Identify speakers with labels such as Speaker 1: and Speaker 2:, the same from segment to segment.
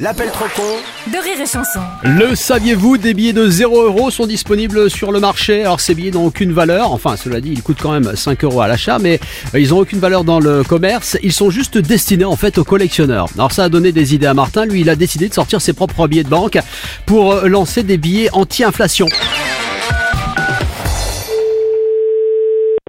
Speaker 1: L'appel trop con
Speaker 2: de rire et chanson.
Speaker 3: Le saviez-vous, des billets de 0 euros sont disponibles sur le marché. Alors ces billets n'ont aucune valeur, enfin cela dit, ils coûtent quand même 5 euros à l'achat, mais euh, ils n'ont aucune valeur dans le commerce. Ils sont juste destinés en fait aux collectionneurs. Alors ça a donné des idées à Martin, lui il a décidé de sortir ses propres billets de banque pour euh, lancer des billets anti-inflation.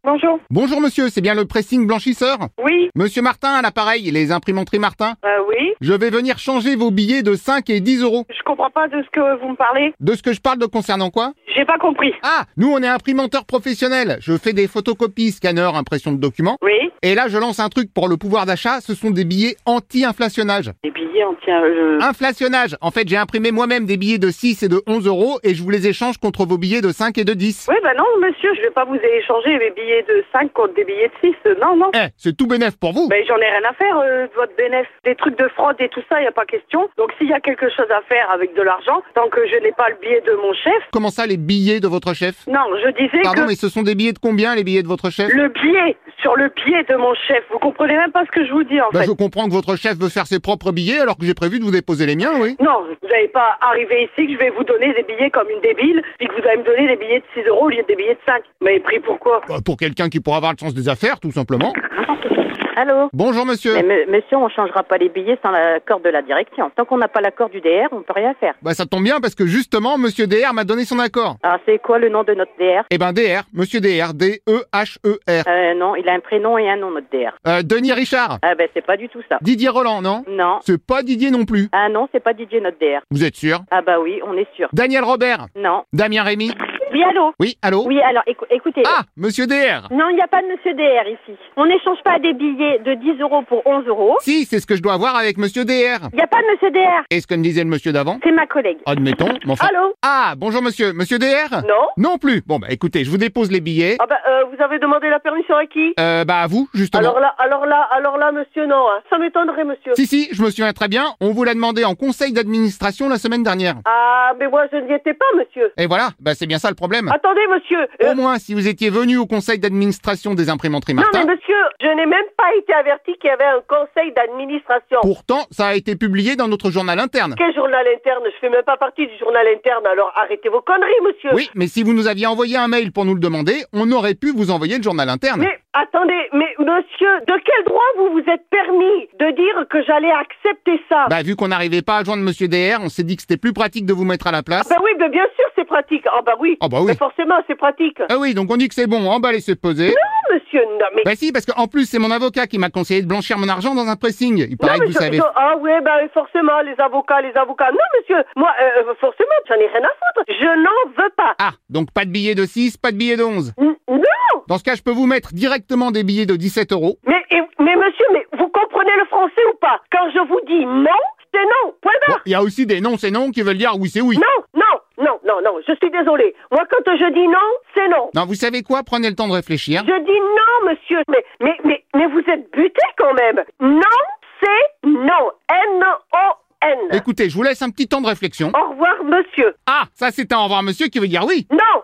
Speaker 4: Bonjour.
Speaker 5: Bonjour monsieur, c'est bien le pressing blanchisseur
Speaker 4: Oui.
Speaker 5: Monsieur Martin à l'appareil, les imprimanteries Martin.
Speaker 4: Euh, oui.
Speaker 5: Je vais venir changer vos billets de 5 et 10 euros.
Speaker 4: Je comprends pas de ce que vous me parlez.
Speaker 5: De ce que je parle de concernant quoi
Speaker 4: J'ai pas compris.
Speaker 5: Ah, nous on est imprimanteur professionnel. Je fais des photocopies, scanner, impression de documents.
Speaker 4: Oui.
Speaker 5: Et là je lance un truc pour le pouvoir d'achat, ce sont des billets anti-inflationnage.
Speaker 4: Des billets entiers. euh,
Speaker 5: Inflationnage. En fait, j'ai imprimé moi-même des billets de 6 et de 11 euros et je vous les échange contre vos billets de 5 et de 10.
Speaker 4: Oui, bah non, monsieur, je vais pas vous échanger mes billets de 5 contre des billets de 6. euh, Non, non.
Speaker 5: Eh, c'est tout bénef pour vous.
Speaker 4: Mais j'en ai rien à faire euh, de votre bénéf. Des trucs de fraude et tout ça, y a pas question. Donc s'il y a quelque chose à faire avec de l'argent, tant que je n'ai pas le billet de mon chef,
Speaker 5: Comment ça, les billets de votre chef
Speaker 4: non, je disais
Speaker 5: Pardon,
Speaker 4: que
Speaker 5: mais ce sont des billets de combien, les billets de votre chef
Speaker 4: le billet sur le billet de mon chef. Vous comprenez même pas ce que je vous dis en
Speaker 5: Bah,
Speaker 4: fait.
Speaker 5: je comprends que votre chef veut faire ses propres billets alors que j'ai prévu de vous déposer les miens, oui.
Speaker 4: Non, vous n'allez pas arriver ici que je vais vous donner des billets comme une débile, puis que vous allez me donner des billets de 6 euros au lieu des billets de 5. Mais pris pourquoi
Speaker 5: Bah, pour quelqu'un qui pourra avoir le sens des affaires, tout simplement.
Speaker 6: Allô
Speaker 5: Bonjour, monsieur.
Speaker 6: mais me- monsieur, on changera pas les billets sans l'accord de la direction. Tant qu'on n'a pas l'accord du DR, on peut rien faire.
Speaker 5: Bah, ça tombe bien parce que justement, monsieur DR m'a donné son accord.
Speaker 6: Alors, Ah, c'est quoi le nom de notre DR
Speaker 5: Eh ben, DR, monsieur DR, D-E-H-E-R.
Speaker 6: euh, Non, il a un prénom et un nom, notre DR.
Speaker 5: E Euh, Denis Richard.
Speaker 6: Ah ben, c'est pas du tout ça.
Speaker 5: Didier Roland, non
Speaker 6: Non.
Speaker 5: C'est pas Didier non plus.
Speaker 6: Ah non, c'est pas DJ, notre DR.
Speaker 5: Vous êtes sûr
Speaker 6: Ah bah oui, on est sûr.
Speaker 5: Daniel Robert.
Speaker 6: Non.
Speaker 5: Damien Rémy.
Speaker 6: Oui, allô
Speaker 5: Oui, allô
Speaker 6: Oui, alors, écou- écoutez...
Speaker 5: Ah, monsieur DR
Speaker 6: Non, il n'y a pas de monsieur DR ici. On n'échange pas des billets de 10 euros pour 11 euros.
Speaker 5: Si, c'est ce que je dois avoir avec monsieur DR.
Speaker 6: Il n'y a pas de monsieur DR.
Speaker 5: Et ce que me disait le monsieur d'avant
Speaker 6: C'est ma collègue.
Speaker 5: Admettons, mais enfin...
Speaker 6: Allô
Speaker 5: Ah, bonjour monsieur, monsieur DR
Speaker 6: Non
Speaker 5: Non plus Bon bah écoutez, je vous dépose les billets.
Speaker 6: Ah bah, vous avez demandé la permission à qui
Speaker 5: Euh, bah à vous, justement.
Speaker 6: là, alors là, alors là, monsieur, non. hein. Ça m'étonnerait, monsieur.
Speaker 5: Si, si, je me souviens très bien, on vous l'a demandé en conseil d'administration la semaine dernière.
Speaker 6: Ah, mais moi, je n'y étais pas, monsieur.
Speaker 5: Et voilà, bah c'est bien ça le problème.
Speaker 6: Attendez, monsieur.
Speaker 5: Au moins, si vous étiez venu au conseil d'administration des imprimanteries
Speaker 6: euh. non,
Speaker 5: Martin,
Speaker 6: mais monsieur, je n'ai même pas été averti qu'il y avait un conseil d'administration.
Speaker 5: pourtant, ça a été publié dans notre journal interne.
Speaker 6: Quel journal interne Je fais même pas partie du journal interne, alors arrêtez vos conneries, monsieur.
Speaker 5: Oui, mais si vous nous aviez envoyé un mail pour nous le demander, on aurait pu vous envoyer le journal interne.
Speaker 6: Mais attendez, mais monsieur, de quel droit vous vous êtes permis de dire que j'allais accepter ça
Speaker 5: Bah, vu qu'on n'arrivait pas à joindre Monsieur DR, on s'est dit que c'était plus pratique de vous mettre à la place.
Speaker 6: Ben oui, mais bien sûr, c'est pratique. Ah bah oui.
Speaker 5: Ah bah oui.
Speaker 6: Mais forcément, c'est pratique.
Speaker 5: Ah oui, donc on dit que c'est bon, emballez, se poser.
Speaker 6: Non, monsieur, non, mais...
Speaker 5: Bah si, parce qu'en plus, c'est mon avocat qui m'a conseillé de blanchir mon argent dans un pressing. Il
Speaker 6: Non,
Speaker 5: paraît
Speaker 6: mais
Speaker 5: que vous
Speaker 6: je-
Speaker 5: savez.
Speaker 6: je- ah ouais, ben forcément, les avocats, les avocats. Non, monsieur, moi, euh, forcément, j'en ai rien à foutre. Je n'en veux pas.
Speaker 5: Ah, donc pas de billet de 6, pas de billet de 11.
Speaker 6: N- Non
Speaker 5: Dans ce cas, je peux vous mettre directement des billets de 17 euros.
Speaker 6: mais, et- mais monsieur, mais vous comprenez le français ou pas Quand je vous dis non, c'est non, point
Speaker 5: Bon,
Speaker 6: barre
Speaker 5: il y a aussi des non, c'est non qui veulent dire oui, c'est oui.
Speaker 6: Non, non, non, non, non, je suis désolée. Moi, quand je dis non, c'est non.
Speaker 5: Non, vous savez quoi Prenez le temps de réfléchir.
Speaker 6: Je dis non, monsieur, mais, mais, mais, mais vous êtes buté quand même. Non, c'est non. N-O-N.
Speaker 5: Écoutez, je vous laisse un petit temps de réflexion.
Speaker 6: Au revoir, monsieur.
Speaker 5: Ah, ça c'est un au revoir monsieur qui veut dire oui.
Speaker 6: Non